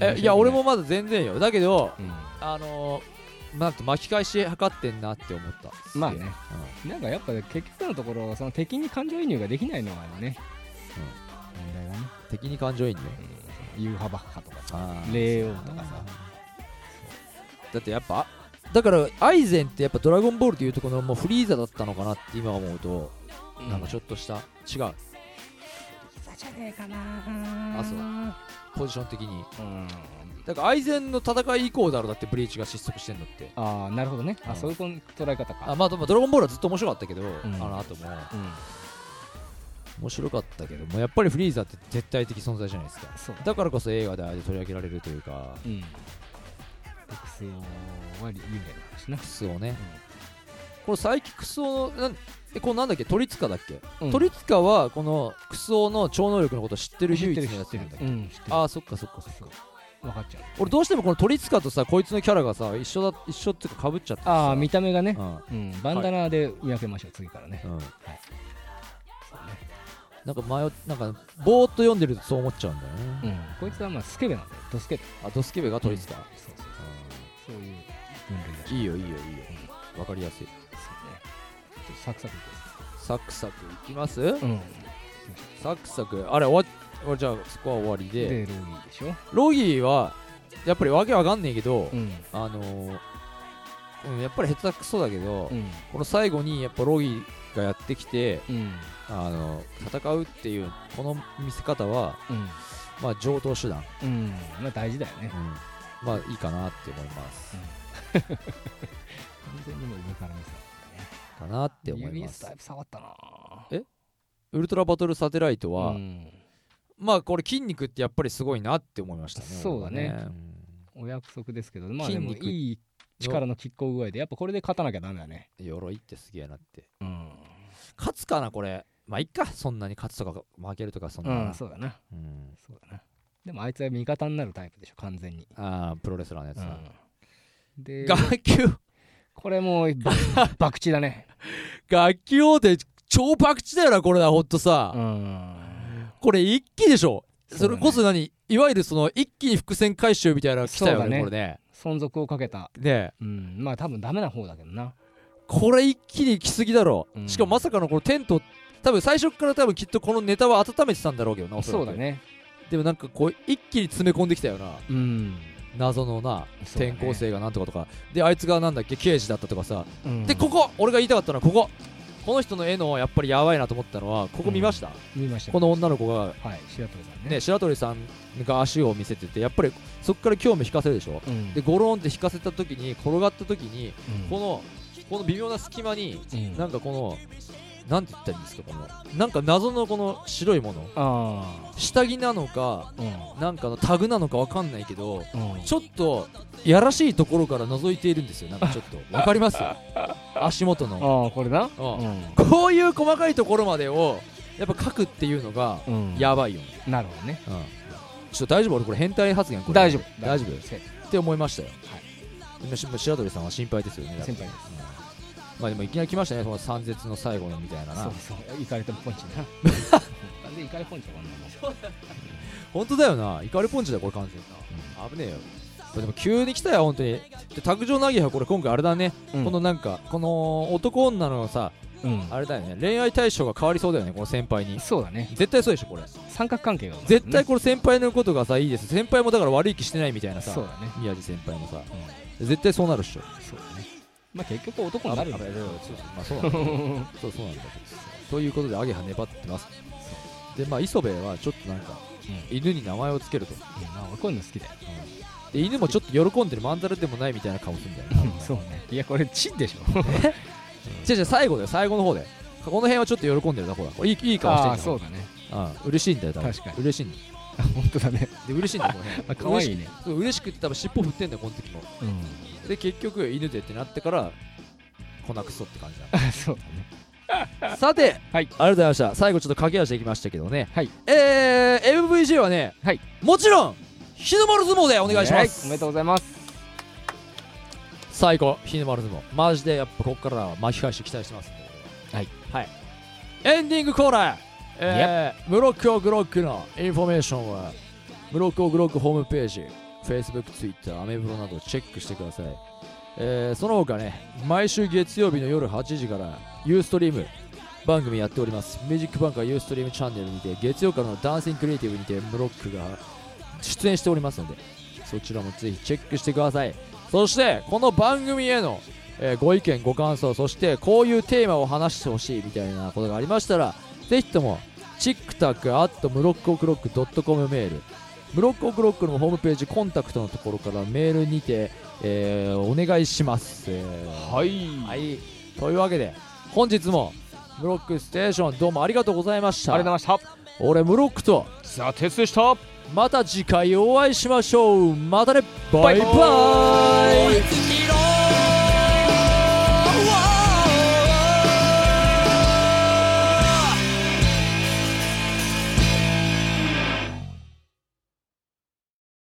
[SPEAKER 3] えいや俺。もまだ全然よだけど
[SPEAKER 4] うん
[SPEAKER 3] あのー、なんと巻き返し図ってんなって思った
[SPEAKER 4] まあね、なんかやっぱ結局のところその敵に感情移入ができないのはね、問題がね、
[SPEAKER 3] 敵に感情移入
[SPEAKER 4] うん、ユーハバッハとかさ
[SPEAKER 3] あー
[SPEAKER 4] 霊王とかさ
[SPEAKER 3] だってやっぱだからアイゼンってやっぱドラゴンボールというところのもうフリーザだったのかなって今思うと、なんかちょっとした違う
[SPEAKER 4] じゃねえかな
[SPEAKER 3] あそうポジション的に
[SPEAKER 4] うん
[SPEAKER 3] だからアイゼンの戦い以降だろうだってブリーチが失速してんのって
[SPEAKER 4] ああなるほどね、
[SPEAKER 3] う
[SPEAKER 4] あ
[SPEAKER 3] ん
[SPEAKER 4] そういう捉え方か
[SPEAKER 3] あまあでもドラゴンボールはずっと面白かったけど、
[SPEAKER 4] ん
[SPEAKER 3] あの後も
[SPEAKER 4] うん
[SPEAKER 3] 面白かったけどもやっぱりフリーザって絶対的存在じゃないですか
[SPEAKER 4] そう
[SPEAKER 3] だからこそ映画でああやって取り上げられるというか
[SPEAKER 4] うん特性はリ有名な話な
[SPEAKER 3] クスをね、この佐伯クスオのなんえこのなんだっけ鳥塚だっけ、
[SPEAKER 4] うん
[SPEAKER 3] 鳥塚はこのクスオの超能力のことを知ってる唯一のやつ
[SPEAKER 4] 知っ
[SPEAKER 3] なん
[SPEAKER 4] て
[SPEAKER 3] だっけ、
[SPEAKER 4] るうん知ってる
[SPEAKER 3] ああそっかそっかそっか
[SPEAKER 4] 分かっちゃう
[SPEAKER 3] 俺どうしてもこの鳥塚とさこいつのキャラがさ一緒だ一緒っていうかかぶっちゃって
[SPEAKER 4] ああ見た目がね
[SPEAKER 3] う、ん
[SPEAKER 4] うん、バンダナで見分けましょう次からね
[SPEAKER 3] うんなんか迷っなんかぼーっと読んでるとそう思っちゃうんだよね、
[SPEAKER 4] うん、こいつはまあスケベなんだよドスケベ
[SPEAKER 3] あドスケベが鳥塚、
[SPEAKER 4] そうそうそうそういう分類だ
[SPEAKER 3] う
[SPEAKER 4] し
[SPEAKER 3] んいいよいいよいいよわかりやすい
[SPEAKER 4] そうねちょっとサクサクいこ
[SPEAKER 3] サクサクいきます、
[SPEAKER 4] ううん
[SPEAKER 3] サクサクあれ終わっじゃあそこは終わりで
[SPEAKER 4] でローギーでしょ
[SPEAKER 3] ロギーはやっぱりわけわかんねえけど、
[SPEAKER 4] うん
[SPEAKER 3] あのーうん、やっぱり下手くそだけど、
[SPEAKER 4] うん
[SPEAKER 3] この最後にやっぱロギーがやってきて、
[SPEAKER 4] うん
[SPEAKER 3] あの戦うっていうこの見せ方は、
[SPEAKER 4] うん
[SPEAKER 3] まあ、上等手段、
[SPEAKER 4] うんまあ大事だよね
[SPEAKER 3] まあいいかなって思います、
[SPEAKER 4] 完全にもう上から見せ
[SPEAKER 3] かなって
[SPEAKER 4] た
[SPEAKER 3] 思いま
[SPEAKER 4] 指
[SPEAKER 3] す
[SPEAKER 4] だいぶ触ったな
[SPEAKER 3] ウルトラバトルサテライトは、
[SPEAKER 4] うん
[SPEAKER 3] まあこれ筋肉ってやっぱりすごいなって思いましたね
[SPEAKER 4] そうだね
[SPEAKER 3] 俺はうん
[SPEAKER 4] お約束ですけどまあでも
[SPEAKER 3] 筋肉
[SPEAKER 4] いい力の拮抗具合でやっぱこれで勝たなきゃダメだね
[SPEAKER 3] 鎧ってすげえなって
[SPEAKER 4] うん、
[SPEAKER 3] 勝つかなこれまあいっかそんなに勝つとか負けるとかそんな
[SPEAKER 4] う
[SPEAKER 3] な、
[SPEAKER 4] ん、そうだな
[SPEAKER 3] うん
[SPEAKER 4] そうだなでもあいつは味方になるタイプでしょ完全に、
[SPEAKER 3] ああプロレスラーのやつ
[SPEAKER 4] う
[SPEAKER 3] な、
[SPEAKER 4] ん、で
[SPEAKER 3] 学級
[SPEAKER 4] これもうば博打だね
[SPEAKER 3] 楽器王手超博打だよなこれなほんとさ、
[SPEAKER 4] うん
[SPEAKER 3] これ一気でしょそ
[SPEAKER 4] そうだね
[SPEAKER 3] れこそ何いわゆるその一気に伏線回収みたいなの来たよ
[SPEAKER 4] そうだ
[SPEAKER 3] ね
[SPEAKER 4] ね
[SPEAKER 3] これね
[SPEAKER 4] 存続をかけた
[SPEAKER 3] ね
[SPEAKER 4] うんまあ多分ダメな方だけどな
[SPEAKER 3] これ一気に来すぎだろ、
[SPEAKER 4] うん
[SPEAKER 3] しかもまさかのこのテント多分最初から多分きっとこのネタは温めてたんだろうけどなおら
[SPEAKER 4] そ
[SPEAKER 3] く
[SPEAKER 4] うだね
[SPEAKER 3] でもなんかこう一気に詰め込んできたよな
[SPEAKER 4] うん、
[SPEAKER 3] 謎のな、
[SPEAKER 4] そうだね
[SPEAKER 3] 転校生がなんとかとかであいつがなんだっけ刑事だったとかさ、
[SPEAKER 4] うん
[SPEAKER 3] でここ俺が言いたかったのはこここの人の絵のやっぱりやばいなと思ったのはここ見ました、
[SPEAKER 4] 見ました
[SPEAKER 3] この女の子が
[SPEAKER 4] はい白鳥さんね
[SPEAKER 3] ね、白鳥さんが足を見せててやっぱりそこから興味引かせるでしょ
[SPEAKER 4] うん
[SPEAKER 3] でゴロンって引かせた時に転がった時に
[SPEAKER 4] うん
[SPEAKER 3] このこの微妙な隙間に
[SPEAKER 4] うん
[SPEAKER 3] なんかこのなんて言ったらいいんですかこのなんか謎のこの白いもの
[SPEAKER 4] あ
[SPEAKER 3] 下着なのか
[SPEAKER 4] あう
[SPEAKER 3] なんかのタグなのかわかんないけど
[SPEAKER 4] んうん
[SPEAKER 3] ちょっとやらしいところから覗いているんですよなんかちょっとわかり ます足元の
[SPEAKER 4] ああこれだ
[SPEAKER 3] うん
[SPEAKER 4] ん
[SPEAKER 3] こういう細かいところまでをやっぱ書くっていうのが
[SPEAKER 4] うん
[SPEAKER 3] やばいよね
[SPEAKER 4] なるほどね
[SPEAKER 3] うんちょっと大丈夫俺これ変態発言これ
[SPEAKER 4] 大丈夫
[SPEAKER 3] 大丈夫
[SPEAKER 4] 先
[SPEAKER 3] って思いましたよ、
[SPEAKER 4] はい
[SPEAKER 3] 今し白鳥さんは心配ですよね
[SPEAKER 4] 輩です
[SPEAKER 3] まあでもいきなり来ましたねその三絶の最後のみたいな
[SPEAKER 4] そ
[SPEAKER 3] な
[SPEAKER 4] うそう行かれてもポンチ ななんで行かれポンチだこんなもん
[SPEAKER 3] 本当だよなイカレポンチだよこれ完全にな、危ねえよでも急に来たよ本当にで卓上ギハこれ今回あれだね、
[SPEAKER 4] うん
[SPEAKER 3] このなんかこの男女のさ
[SPEAKER 4] うん
[SPEAKER 3] あれだよね恋愛対象が変わりそうだよねこの先輩に
[SPEAKER 4] そうだね
[SPEAKER 3] 絶対そうでしょこれ
[SPEAKER 4] 三角関係が
[SPEAKER 3] 絶対これ先輩のことがさいいです先輩もだから悪い気してないみたいなさ
[SPEAKER 4] そうだね
[SPEAKER 3] 宮地先輩もさ、絶対そうなるっしょ
[SPEAKER 4] そうだねまあ結局男になるんだよ
[SPEAKER 3] まあそうなんだ そうそうなんだということでアゲハ粘ってますでまあ磯部はちょっとなんか
[SPEAKER 4] う
[SPEAKER 3] 犬に名前をつけると
[SPEAKER 4] いやまあ俺こういうの好きだよ
[SPEAKER 3] で犬もちょっと喜んでるまんざらでもないみたいな顔するんだよね
[SPEAKER 4] そうねいやこれチ ンでしょ
[SPEAKER 3] じゃじゃ最後だよ最後の方でこの辺はちょっと喜んでるなほらこれいいいい顔して
[SPEAKER 4] あ
[SPEAKER 3] る
[SPEAKER 4] あ
[SPEAKER 3] な
[SPEAKER 4] そうだね
[SPEAKER 3] うん嬉しいんだよ多分
[SPEAKER 4] 確かに
[SPEAKER 3] 嬉しいんだ
[SPEAKER 4] あ本当だね
[SPEAKER 3] で嬉しいんだよこの
[SPEAKER 4] あ
[SPEAKER 3] 辺
[SPEAKER 4] 可愛いね
[SPEAKER 3] 嬉し嬉しくって多分尻尾振ってんだよこの時も
[SPEAKER 4] うん
[SPEAKER 3] で結局犬でってなってから粉くそって感じなんだ
[SPEAKER 4] そうだね
[SPEAKER 3] さて、
[SPEAKER 4] は
[SPEAKER 3] あ
[SPEAKER 4] い
[SPEAKER 3] りがとうございました最後ちょっと駆け足できましたけどね、
[SPEAKER 4] はい
[SPEAKER 3] えー、MVG はね、
[SPEAKER 4] はい
[SPEAKER 3] もちろん日の丸相撲でお願いします、
[SPEAKER 4] はいおめでとうございます
[SPEAKER 3] 最高日の丸相撲マジでやっぱここからは巻き返し期待してますんで
[SPEAKER 4] はい、
[SPEAKER 3] はい、エンディングコーナー、えー、ムロックオグロックのインフォメーションはムロックオグロックホームページ Facebook、Twitter、アメブロなどをチェックしてください、えー、その他ね毎週月曜日の夜8時から Ustream 番組やっておりますミュージックバンカー Ustream チャンネルにて月曜からのダンシングクリエイティブにてムロックが出演しておりますのでそちらもぜひチェックしてくださいそしてこの番組への、えーご意見ご感想そしてこういうテーマを話してほしいみたいなことがありましたらぜひともチックタクアットムロックオクロックドットコムメールムロックオクロックのホームページコンタクトのところからメールにて、えーお願いします、えー
[SPEAKER 4] はい
[SPEAKER 3] はいというわけで本日もムロックステーションどうもありがとうございました
[SPEAKER 4] ありがとうございまし
[SPEAKER 3] 俺ムロックと
[SPEAKER 4] たさあ鉄でした
[SPEAKER 3] また次回お会いしましょうまたねバイバイ
[SPEAKER 5] It's